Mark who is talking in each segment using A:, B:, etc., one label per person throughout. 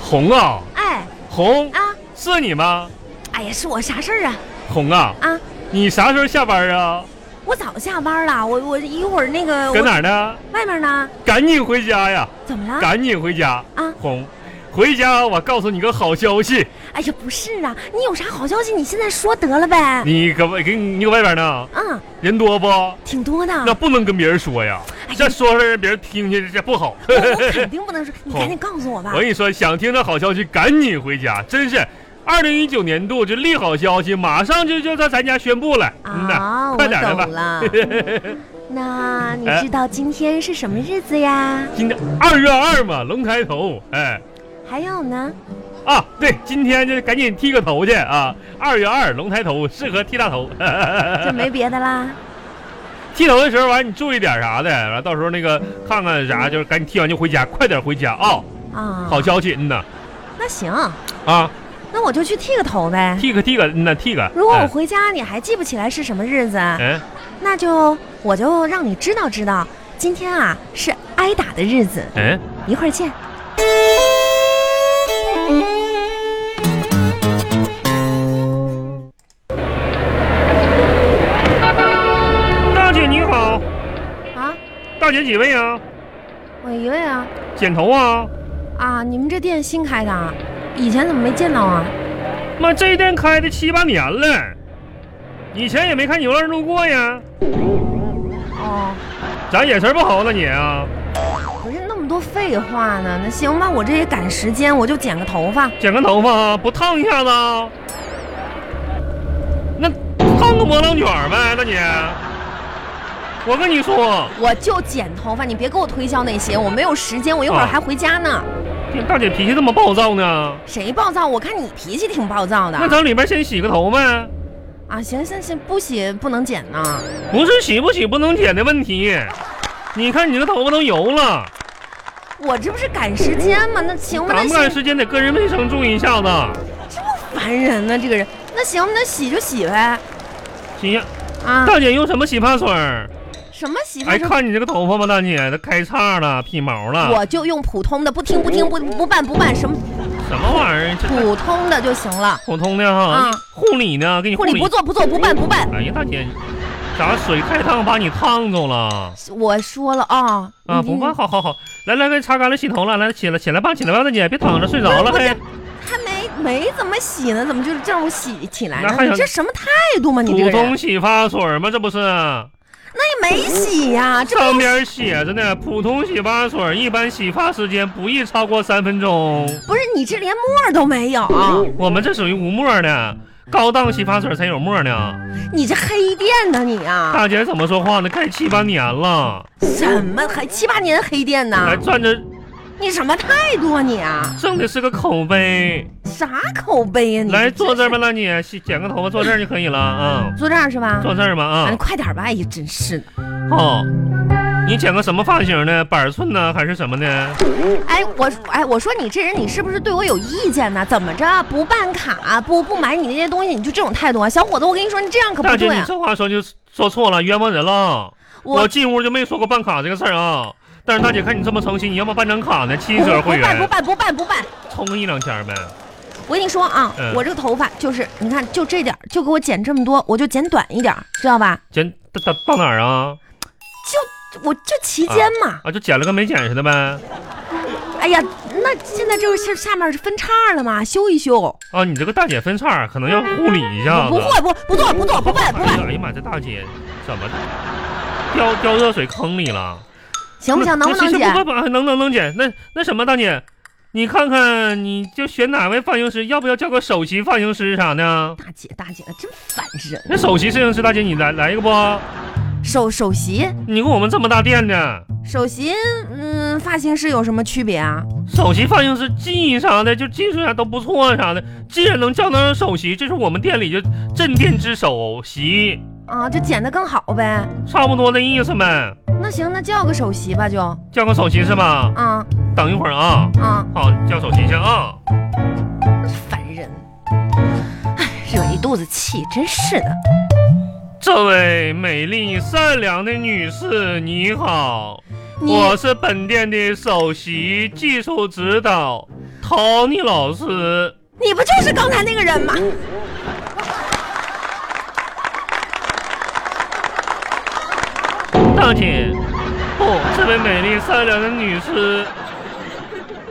A: 红啊，
B: 哎
A: 红
B: 啊，
A: 是你吗？
B: 哎呀，是我啥事儿啊？
A: 红啊，
B: 啊，
A: 你啥时候下班啊？
B: 我早下班了，我我一会儿那个
A: 搁
B: 我
A: 哪儿呢？
B: 外面呢？
A: 赶紧回家呀！
B: 怎么了？
A: 赶紧回家
B: 啊
A: 红，回家我告诉你个好消息，
B: 哎呀，不是啊，你有啥好消息你现在说得了呗。
A: 你搁外给你你搁外边呢，
B: 嗯，
A: 人多不？
B: 挺多的。
A: 那不能跟别人说呀，
B: 哎
A: 这
B: 呀，
A: 说出来让别人听见这不好。
B: 我我肯定不能说，你赶紧告诉我吧
A: 我。跟你说，想听这好消息，赶紧回家，真是。二零一九年度这利好消息，马上就就在咱家宣布了。嗯
B: 啊，
A: 呐，
B: 我
A: 快点的吧
B: 懂。了。 那你知道今天是什么日子呀？
A: 今天二月二嘛，龙抬头，哎
B: 还有呢？
A: 啊，对，今天就赶紧剃个头去啊！二月二，龙抬头，适合剃大头。
B: 这 没别的啦。
A: 剃头的时候完，你注意点啥的，完到时候那个看看啥，就是赶紧剃完就回家，快点回家啊、
B: 啊，
A: 好，消息，嗯呐，
B: 那行，
A: 啊，
B: 那我就去剃个头呗。
A: 剃个剃个，嗯呐，剃个。
B: 如果我回家你还记不起来是什么日子，啊
A: 嗯，
B: 那就我就让你知道知道，今天啊是挨打的日子。
A: 嗯嗯，
B: 一会儿见。
A: 大姐你好，
B: 啊，
A: 大姐几位啊？
B: 我一位啊
A: 剪头啊？
B: 啊！你们这店新开的啊，以前怎么没见到啊？
A: 妈，这店开的七八年了，以前也没看你有让人路过呀，
B: 哦，
A: 咋眼神不好了你啊？
B: 不是那么多废话呢。那行吧，我这也赶时间，我就剪个头发。
A: 剪个头发啊不烫一下子啊？那烫个波浪卷儿呗，那你，我跟你说，
B: 我就剪头发，你别给我推销那些，我没有时间，我一会儿
A: 啊
B: 还回家呢。
A: 这大姐脾气这么暴躁呢？
B: 谁暴躁？我看你脾气挺暴躁的
A: 那咱里边先洗个头呗，
B: 啊！行行行，不洗不能剪呢。
A: 不是洗不洗不能剪的问题。你看你这头发都油了，
B: 我这不是赶时间吗？那行吧，
A: 赶
B: 那
A: 不赶
B: 行，
A: 时间得个人卫生注意一下子。
B: 烦人呢、这个人。那行，那洗就洗呗。
A: 洗呀，
B: 啊，
A: 大姐用什么洗发水儿？
B: 什么洗发
A: 哎，
B: 水？
A: 看啊你这个头发吧，大姐，都开叉了，劈毛了，
B: 我就用普通的，不听不听不不办不办，什么
A: 什么玩意儿？这
B: 普通的就行了。
A: 普通的哈
B: 啊，
A: 护理呢？给你
B: 护
A: 护
B: 理
A: 理
B: 不。做不做不办不办。
A: 哎呀，大姐，咋水太烫把你烫着了？
B: 我说了啊
A: 啊，不办，，好好好，来来来，擦干了洗头了，来起来起来吧，起来吧，大姐，别躺着睡着了，
B: 不是
A: 嘿，
B: 你还没没怎么洗呢，怎么就这种洗起来
A: 那还
B: 呢？
A: 想
B: 你这什么态度吗？你这
A: 普
B: 个人
A: 通，洗发水吗？这不是。
B: 那也没洗呀、这
A: 上边写着呢，普通洗发水一般洗发时间不宜超过三分钟。
B: 不是你这连沫儿都没有，
A: 我们这属于无沫的，高档洗发水才有沫呢。
B: 你这黑店呢你啊？
A: 大姐怎么说话呢？开七八年了，
B: 什么还七八年黑店呢
A: 还？赚着
B: 你什么态度啊你啊？
A: 挣的是个口碑。
B: 啥口碑呀、你？
A: 来坐这儿吧，大姐，洗剪个头发坐这儿就可以了啊。
B: 坐这儿是吧？
A: 坐这儿吧
B: 啊，
A: 啊
B: 你。快点吧！哎呀，真是的。
A: 哦，你剪个什么发型呢？板寸呢，还是什么呢？
B: 哎，我哎，我说你这人，你是不是对我有意见呢？怎么着不办卡，不不买你那些东西，你就这种态度啊？小伙子，我跟你说，你这样可
A: 大
B: 不
A: 姐，
B: 对
A: 你
B: 啊。
A: 这话说就说错了，冤枉人了。我
B: 我
A: 进屋就没说过办卡这个事儿啊。但是大姐看你这么诚心，你要不办张卡呢？七
B: 不
A: 折
B: 不
A: 会
B: 办不
A: 员，
B: 办不办不办！
A: 充个一两千呗。
B: 我跟你说啊，
A: 嗯
B: 我这个头发就是，你看就这点儿，就给我剪这么多，我就剪短一点儿，知道吧？
A: 剪到到到哪儿啊？
B: 我就期间嘛。
A: 啊，就剪了跟没剪似的呗。
B: 哎呀，那现在就是下下面是分叉了嘛，修一修。
A: 啊，你这个大姐分叉，可能要护理一下子。
B: 不会不不做不做不办不办，
A: 哎呀妈，这大姐怎么掉掉热水坑里了？
B: 行不行？
A: 那
B: 能不能
A: 那行不
B: 剪？
A: 不不，能能能剪。那那什么，大姐，你看看，你就选哪位发型师，要不要叫个首席发型师啥呢？
B: 大姐大姐，真烦人！
A: 那首席摄影师大姐，你来来一个不？
B: 首首席
A: 你跟我们这么大店呢？
B: 首席，嗯，发型师有什么区别啊？
A: 首席发型师技啥的，就技术啥都不错啥的。既然能叫到首席，这是我们店里就镇店之首席，
B: 啊，就剪得更好呗。
A: 差不多的意思呗。
B: 那行，那叫个首席吧，就
A: 叫个首席是吧？
B: 啊
A: 等一会儿啊，
B: 啊，
A: 好，叫首席先啊。
B: 烦人！哎，惹一肚子气，真是的。
A: 这位美丽善良的女士，你好，
B: 你
A: 我是本店的首席技术指导考你老师，
B: 你不就是刚才那个人吗？
A: 大姐，不、这位美丽善良的女士，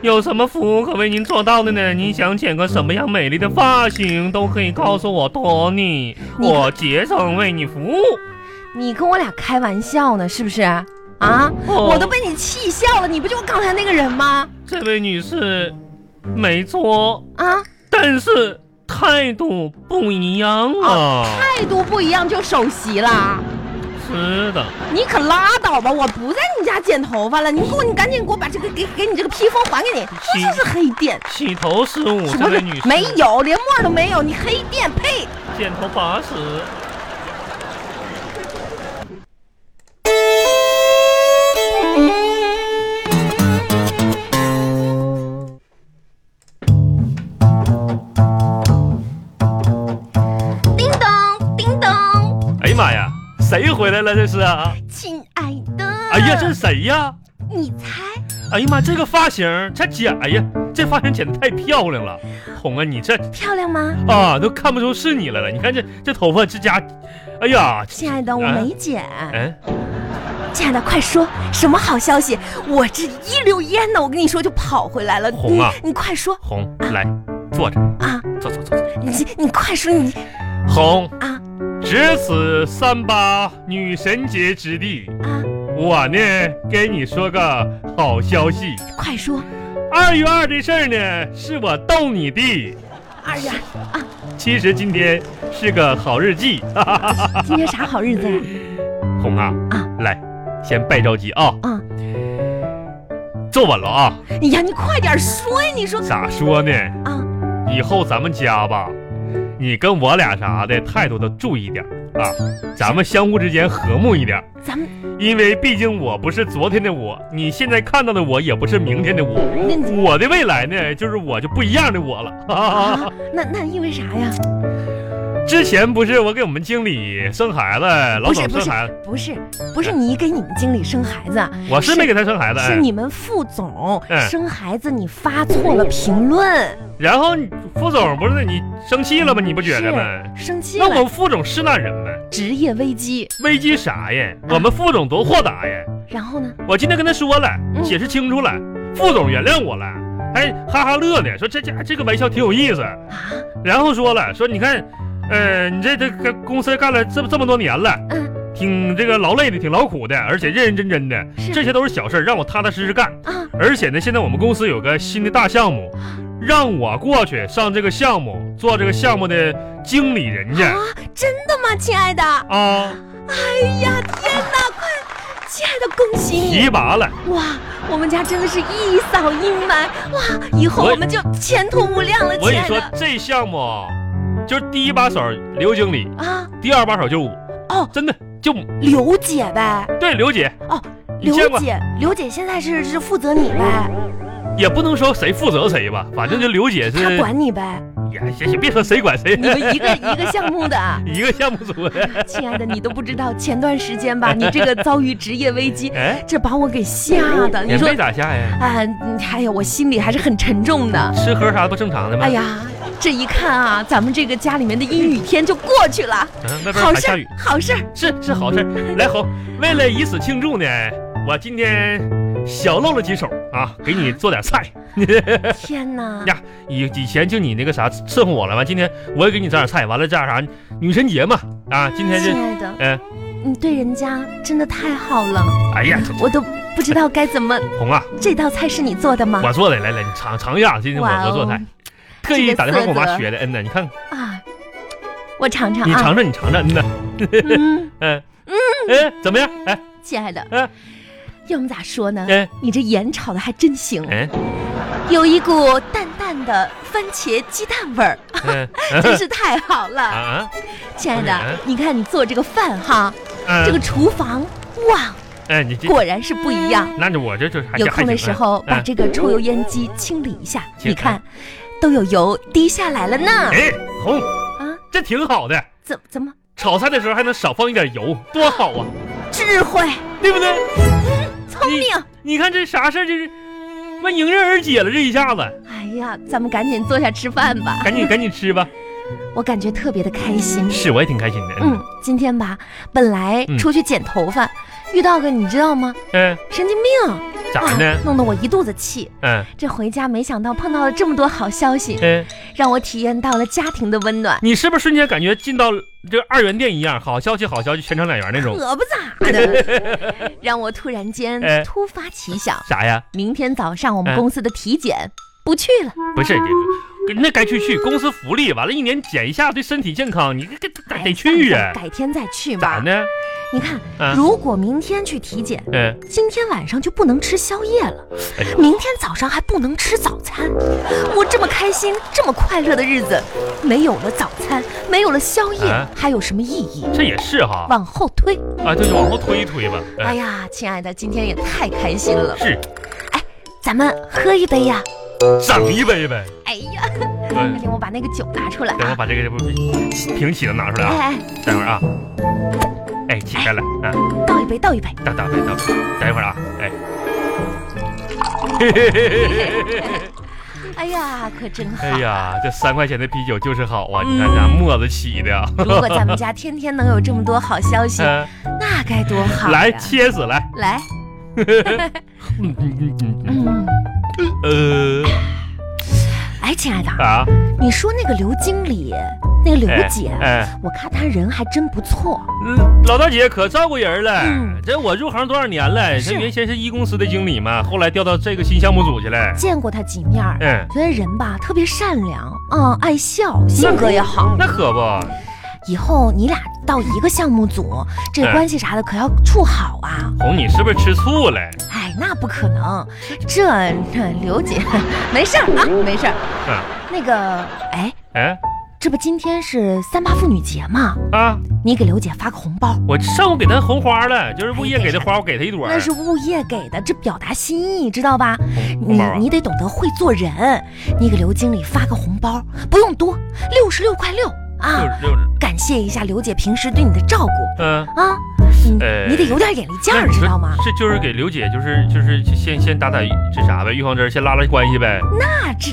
A: 有什么服务可为您做到的呢？您想剪个什么样美丽的发型，都可以告诉我托尼，
B: 你
A: 我竭诚为你服务。
B: 你跟我俩开玩笑呢，是不是？啊，
A: 哦
B: 我都被你气笑了，你不就刚才那个人吗？
A: 这位女士，没错，
B: 啊，
A: 但是态度不一样啊。
B: 态度不一样就首席了，
A: 是的，
B: 你可拉倒吧，我不在你家剪头发了，你给我，你赶紧给我把这个给给你这个披风还给你，这就是黑店，
A: 洗头十五，
B: 什
A: 这
B: 么
A: 位女士
B: 没有，连沫都没有，你黑店呸！
A: 剪头八十。
B: 叮咚叮咚，
A: 哎呀妈呀，谁回来了这是啊？
B: 亲爱的，
A: 哎呀，这是谁呀？
B: 你猜
A: 哎呀妈，这个发型儿，这姐，哎呀，这发型剪得太漂亮了，红啊，你这
B: 漂亮吗？
A: 啊都看不出是你来了。你看这这头发，这家，哎呀，
B: 亲爱的，我
A: 啊
B: 没剪。
A: 哎，
B: 亲爱的，快说什么好消息？我这一溜烟呢，我跟你说就跑回来了。
A: 红啊
B: 你你快说
A: 红，来坐着，
B: 啊！
A: 坐坐坐坐。
B: 你你快说你
A: 红
B: 啊
A: 值此三八女神节之地，
B: 啊！
A: 我呢给你说个好消息，
B: 快说
A: 二月二这事儿呢是我逗你的。
B: 二月二
A: 其实今天是个好日记，哈哈哈哈
B: 今天啥好日子呀？
A: 红啊
B: 啊
A: 来，先别着急啊，
B: 啊！
A: 坐稳了啊。
B: 哎呀，你快点说呀！你说
A: 咋说呢？
B: 啊，
A: 以后咱们家吧，你跟我俩啥的态度都注意点啊，咱们相互之间和睦一点，
B: 咱们
A: 因为毕竟我不是昨天的我，你现在看到的我也不是明天的我，
B: 那你
A: 我的未来呢，就是我就不一样的我了。
B: 啊，那那因为啥呀？
A: 之前不是我给我们经理生孩子，老
B: 不是
A: 总
B: 不
A: 生
B: 是
A: 孩子，
B: 不是不是你给你们经理生孩子，啊
A: 我是没给他生孩子，
B: 是
A: 哎
B: 你们副总
A: 哎
B: 生孩子，你发错了评论，
A: 然后你副总不是你生气了吗？你不觉得吗？
B: 是生气
A: 那我
B: 了，
A: 们副总是那人吗？
B: 职业危机。
A: 危机啥呀？我们副总多豁达呀！
B: 然后呢？
A: 我今天跟他说了，解释清楚了，副总原谅我了，还哈哈乐呢，说这家这个玩笑挺有意思。
B: 啊，
A: 然后说了，说你看，呃，你这这个公司干了这么这么多年了，
B: 嗯
A: 挺这个劳累的，挺劳苦的，而且认认真真的，
B: 是
A: 这些都是小事儿，让我踏踏实实干。
B: 啊。
A: 而且呢，现在我们公司有个新的大项目，让我过去上这个项目，做这个项目的经理人去
B: 啊，真的吗，亲爱的？
A: 啊，
B: 哎呀，天哪，快，亲爱的，恭喜你！
A: 提拔了。
B: 哇，我们家真的是一扫阴霾，哇，以后
A: 我
B: 我们就前途无量了，
A: 我
B: 亲
A: 跟你
B: 爱
A: 说
B: 的，。
A: 这项目啊，就是第一把手刘经理，
B: 啊，
A: 第二把手就我。
B: 哦，
A: 真的就
B: 刘姐呗，
A: 对刘姐，
B: 哦，
A: 你见
B: 刘
A: 过
B: 姐，刘姐现在是是负责你呗，
A: 也不能说谁负责谁吧，反正就刘姐
B: 啊她
A: 是。哎
B: 管你嗯呗，
A: 也行行，别说谁管谁
B: 你，们一个一个项目的。
A: 一个项目组的。
B: 亲爱的，你都不知道，前段时间吧，你这个遭遇职业危机，
A: 哎，
B: 这把我给吓的。
A: 也
B: 你说
A: 没，咋下呀，
B: 啊，你哎呀，我心里还是很沉重的。
A: 吃喝啥不正常的吗？
B: 哎呀，这一看啊，咱们这个家里面的阴雨天就过去了，
A: 嗯，外边
B: 好
A: 还
B: 事
A: 下
B: 儿
A: 雨，，
B: 好事 儿，
A: 是是 好事儿。来红，为了以此庆祝呢，我今天小露了几手啊，给你做点菜。
B: 天哪！
A: 呀以以前就你那个啥伺候我了，完今天我也给你整点菜，完了这样啥女神节嘛啊，今天
B: 亲
A: 这
B: 爱的，
A: 嗯，
B: 你对人家真的太好了，
A: 哎 呀，这
B: 我都不知道该怎么。
A: 红啊，
B: 这道菜是你做的吗？
A: 我做的，来来你尝尝一下，今天
B: 哇
A: 我
B: 哦
A: 我做菜，特意打电话跟我妈学的，嗯呐，你看
B: 啊，我尝尝
A: 你
B: 啊。
A: 尝尝你尝尝，嗯呐，
B: 嗯，
A: 嗯嗯，怎么样？哎
B: 亲爱的
A: 嗯，
B: 要么咋说呢？
A: 哎
B: 你这盐炒的还真行，啊
A: 哎
B: 有一股淡淡的番茄鸡蛋味 儿，
A: 嗯
B: 真是太好
A: 啊
B: 了，
A: 啊
B: 亲爱的
A: 哎。
B: 你看你做这个饭哈，
A: 嗯，
B: 这个厨房哇，
A: 哎你这，
B: 果然是不一样。
A: 那就我这就还
B: 有
A: 还
B: 空的时
A: 行啊
B: 候把
A: 嗯
B: 这个抽油烟机清理一下，
A: 行
B: 你看，都有油滴下来了呢。
A: 哎红
B: 啊，
A: 这挺好的，
B: 怎怎么
A: 炒菜的时候还能少放一点油，多好啊，
B: 智慧
A: 对不对？
B: 聪明？
A: 你看这啥事儿，就是那迎刃而解了，这一下子，
B: 哎呀，咱们赶紧坐下吃饭吧，
A: 赶紧赶紧吃吧。
B: 我感觉特别的开心。
A: 是，我也挺开心的。
B: 嗯，，今天吧，本来
A: 嗯
B: 出去剪头发，遇到个你知道吗？
A: 嗯，
B: 神经病，
A: 咋的
B: 啊
A: 呢？
B: 弄得我一肚子气。
A: 嗯
B: 这回家没想到碰到了这么多好消息，
A: 嗯，
B: 让我体验到了家庭的温暖，
A: 你是不是瞬间感觉进到这二元店一样？好消息，好消息，全场两元那种。
B: 可不咋的， 让我突然间
A: 哎
B: 突发奇想，
A: 啥呀？
B: 明天早上我们
A: 哎
B: 公司的体检不去了。
A: 不是这个，那该去去，公司福利，完了，一年减一下，对身体健康，你这这
B: 哎
A: 得去呀
B: 咱。改天再去
A: 咋
B: 吧。
A: 呢？
B: 你看，
A: 啊，
B: 如果明天去体检，
A: 嗯，
B: 今天晚上就不能吃宵夜了，
A: 哎呦，
B: 明天早上还不能吃早餐。我这么开心、这么快乐的日子，没有了早餐，没有了宵夜，
A: 啊
B: 还有什么意义？
A: 这也是哈。
B: 往后推。
A: 啊，对，就往后推一推吧。
B: 哎
A: 哎，
B: 呀，亲爱的，今天也太开心了，
A: 是，
B: 咱们喝一杯呀！
A: 整一杯呗。
B: 哎呀，快
A: 嗯，
B: 点，我把那个酒拿出来
A: 等我
B: 啊！
A: 把这个这不瓶起子拿出来
B: 哎
A: 啊，
B: 哎，
A: 等会儿啊。哎，起开了啊。
B: 哎倒一杯，倒一杯。
A: 等等等等，等一会儿啊，哎。嘿嘿嘿嘿嘿嘿嘿嘿
B: 哎呀，可真好。
A: 哎呀，这三块钱的啤酒就是好啊！你看
B: 嗯
A: 咱沫子起的呀，啊
B: 如果咱们家天天能有这么多好消息，
A: 嗯
B: 那该多好呀！
A: 来切死来，
B: 来，
A: 嗯嗯嗯嗯
B: 嗯，
A: 嗯，
B: 哎，亲爱的，
A: 呃啊，
B: 你说那个刘经理，那个刘
A: 哎
B: 姐，
A: 哎，
B: 我看她人还真不错。
A: 嗯老大姐可照顾人了
B: 嗯，
A: 这我入行多少年了？
B: 是
A: 这原先是一公司的经理嘛，后来调到这个新项目组去了。
B: 见过她几面儿，
A: 嗯，
B: 觉得人吧特别善良，嗯，爱笑，性格也好。
A: 那可不，
B: 以后你俩到一个项目组，这
A: 哎
B: 关系啥的可要处好啊！
A: 红，你是不是吃醋了？
B: 哎，那不可能，这这刘姐没事儿啊，没事儿。
A: 嗯，
B: 那个，哎，
A: 哎
B: 这不今天是三八妇女节吗？
A: 啊，
B: 你给刘姐发个红包，
A: 我上午给她红花了，就是物业给的花，我给她一朵儿。
B: 那是物业给的，这表达心意，知道吧？
A: 红
B: 你
A: 包啊
B: 你得懂得会做人，你给刘经理发个红包，不用多，六十六块六啊，
A: 六六，
B: 感谢一下刘姐平时对你的照顾
A: 嗯。
B: 啊，你
A: 呃
B: 你得有点眼力劲
A: 那
B: 儿，
A: 你
B: 知
A: 说
B: 道吗？
A: 这就是给刘姐，就是就是先先打打这啥呗，预防针儿，先拉拉关系呗，
B: 那这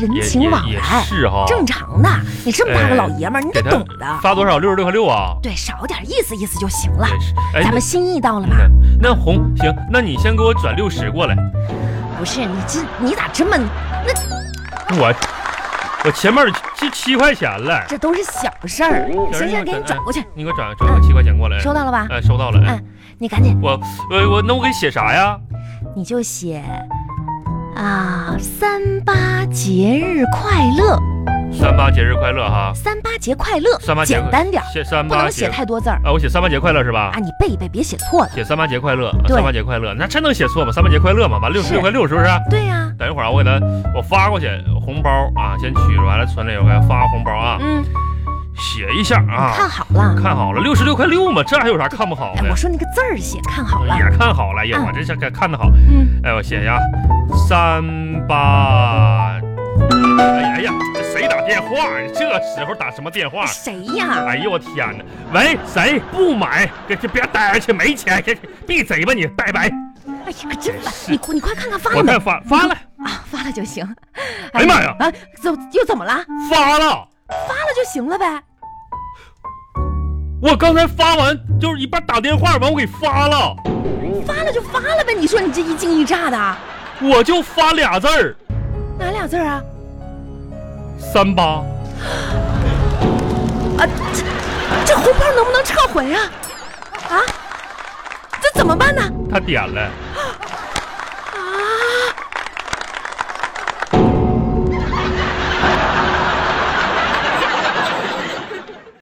B: 人
A: 也
B: 情
A: 也
B: 往
A: 也
B: 来
A: 是哈。
B: 正常的，你这么大个
A: 呃
B: 老爷们儿，你得
A: 给他
B: 懂的，
A: 发多少？六十六块六啊？
B: 对，少点意思意思就行了。
A: 也是。哎，
B: 咱们
A: 那嗯
B: 心意到了吧？
A: 那那红行，那你先给我转六十过来，
B: 不是你这你咋这么
A: 我我前面这七块钱了，
B: 这都是小事儿，
A: 嗯
B: 行行，给你转过去，嗯
A: 你给我转转个七块钱过来。
B: 收到了吧？
A: 哎，收到了。哎
B: 嗯你赶紧。
A: 我我我那我给写啥呀？
B: 你就写啊，三八节日快乐，
A: 三八节日快乐哈！
B: 三八节快乐，
A: 三八节
B: 简单点儿，
A: 写三
B: 不
A: 八
B: 能
A: 节
B: 写太多字儿
A: 啊，我写三八节快乐是吧？
B: 啊，你背一背，别写错了。
A: 写三八节快乐，啊
B: 对
A: 三八节快乐，那真能写错吗？三八节快乐嘛，完六十
B: 是
A: 六块六是不是？
B: 对呀、
A: 等一会儿啊，我给他我发过去红包啊，先取完了存了，一会儿给他发红包啊，
B: 嗯，
A: 写一下
B: 看
A: 啊，
B: 好了。
A: 看好了，六十六块六嘛，这还有啥看不好
B: 哎，
A: 的
B: 我？说那个字儿写看好了，
A: 也看好了，哎呀，
B: 嗯
A: 我这下看看的好，
B: 嗯，
A: 哎，我写呀，三八，哎呀哎呀，这谁打电话？这时候打什么电话？
B: 谁呀？
A: 哎呦我天哪！喂，谁不买？这这别待着去，没钱，这这闭嘴吧你，拜拜！
B: 哎呀，可真烦！
A: 是
B: 你快你快看看发
A: 我
B: 了没
A: 看发发了。
B: 啊？ 发了就行。
A: 哎呀妈呀
B: 啊，怎么又怎么了？发
A: 发了，
B: 了就行了呗。
A: 我刚才发完就是一半打电话完，我给发了，
B: 发了就发了呗。你说你这一惊一乍的，
A: 我就发俩字儿，
B: 哪俩字儿啊？
A: 三八。
B: 啊，这这红包能不能撤回啊？啊，这怎么办呢？
A: 他点了，
B: 啊，